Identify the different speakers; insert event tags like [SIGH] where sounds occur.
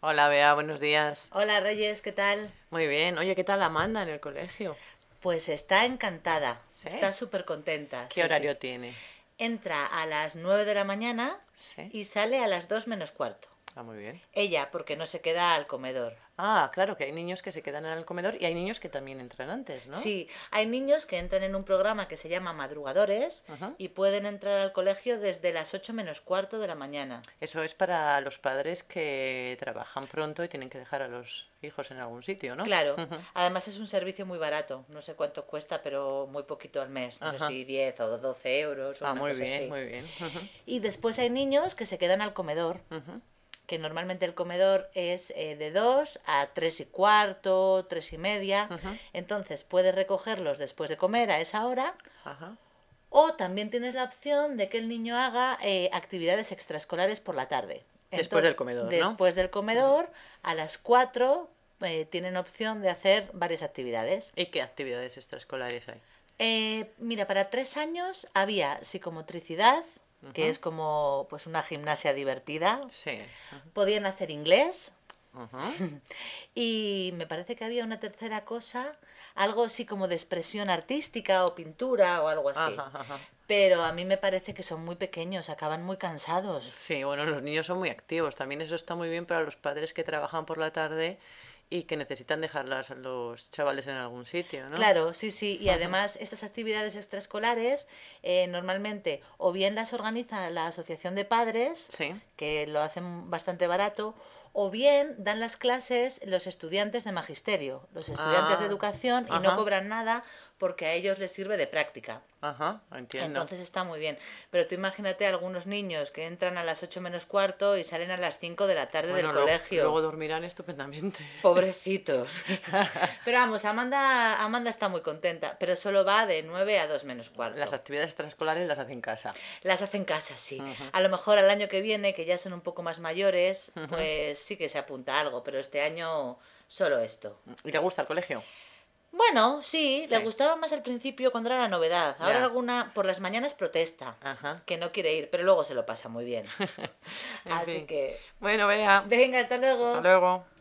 Speaker 1: Hola Bea, buenos días.
Speaker 2: Hola Reyes, ¿qué tal?
Speaker 1: Muy bien. Oye, ¿qué tal Amanda en el colegio?
Speaker 2: Pues está encantada,
Speaker 1: ¿Sí?
Speaker 2: está súper contenta.
Speaker 1: ¿Qué horario tiene?
Speaker 2: Entra a las 9 de la mañana
Speaker 1: Sí.
Speaker 2: y sale a las 2 menos cuarto.
Speaker 1: Ah, muy bien.
Speaker 2: Ella, porque no se queda al comedor.
Speaker 1: Ah, claro, que hay niños que se quedan en el comedor y hay niños que también entran antes, ¿no?
Speaker 2: Sí, hay niños que entran en un programa que se llama Madrugadores
Speaker 1: Ajá.
Speaker 2: y pueden entrar al colegio desde las 8 menos cuarto de la mañana.
Speaker 1: Eso es para los padres que trabajan pronto y tienen que dejar a los hijos en algún sitio, ¿no?
Speaker 2: Claro,
Speaker 1: Ah, Ujú.
Speaker 2: además es un servicio muy barato, no sé cuánto cuesta, pero muy poquito al mes, no
Speaker 1: Ajá.
Speaker 2: sé si 10 o 12 euros o
Speaker 1: Ah,
Speaker 2: una
Speaker 1: muy
Speaker 2: cosa
Speaker 1: bien,
Speaker 2: así.
Speaker 1: muy bien. Ujú,
Speaker 2: Y después hay niños que se quedan al comedor,
Speaker 1: ujú.
Speaker 2: que normalmente el comedor es eh, de 2 a 3 y cuarto, 3 y media.
Speaker 1: Ajá.
Speaker 2: Entonces puedes recogerlos después de comer a esa hora.
Speaker 1: Ajá.
Speaker 2: O también tienes la opción de que el niño haga eh, actividades extraescolares por la tarde.
Speaker 1: Después del comedor, ¿no?
Speaker 2: Después del comedor, a las 4 tienen opción de hacer varias actividades.
Speaker 1: ¿Y qué actividades extraescolares hay?
Speaker 2: Eh, mira, para tres años había psicomotricidad, que
Speaker 1: Ujú.
Speaker 2: es como pues una gimnasia divertida.
Speaker 1: Sí.
Speaker 2: Podían hacer inglés
Speaker 1: Ujú, ujú.
Speaker 2: y me parece que había una tercera cosa, algo así como de expresión artística o pintura o algo así.
Speaker 1: Ajá, ajá.
Speaker 2: Pero a mí me parece que son muy pequeños, acaban muy cansados.
Speaker 1: Sí, bueno, los niños son muy activos. También eso está muy bien para los padres que trabajan por la tarde y que necesitan dejar las- los chavales en algún sitio, ¿no?
Speaker 2: Claro, sí, sí. Y además estas actividades extraescolares eh, normalmente o bien las organiza la asociación de padres,
Speaker 1: Sí.
Speaker 2: que lo hacen bastante barato, o bien dan las clases los estudiantes de magisterio, los estudiantes
Speaker 1: Ah,
Speaker 2: de educación y
Speaker 1: ajá.
Speaker 2: no cobran nada porque a ellos les sirve de práctica.
Speaker 1: Ajá, entiendo.
Speaker 2: Entonces está muy bien. Pero tú imagínate algunos niños que entran a las 8 menos cuarto y salen a las 5 de la tarde
Speaker 1: Bueno,
Speaker 2: del
Speaker 1: lo-
Speaker 2: colegio.
Speaker 1: Luego dormirán estupendamente. [LAUGHS]
Speaker 2: Pobrecitos. Pero vamos, Amanda, Amanda está muy contenta, pero solo va de 9 a 2 menos cuarto.
Speaker 1: Las actividades extraescolares las hace en casa.
Speaker 2: Las hace en casa, sí.
Speaker 1: Ujú.
Speaker 2: A lo mejor al año que viene, que ya son un poco más mayores,
Speaker 1: Ujú.
Speaker 2: pues sí que se apunta a algo, pero este año solo esto.
Speaker 1: ¿Y te gusta el colegio?
Speaker 2: Bueno, sí, le
Speaker 1: Sí.
Speaker 2: gustaba más al principio cuando era la novedad. Ahora
Speaker 1: Ya.
Speaker 2: alguna por las mañanas protesta,
Speaker 1: Ajá.
Speaker 2: que no quiere ir, pero luego se lo pasa muy bien.
Speaker 1: [LAUGHS] En
Speaker 2: Así
Speaker 1: fin.
Speaker 2: que,
Speaker 1: Bueno, vea.
Speaker 2: venga, hasta luego.
Speaker 1: Hasta luego.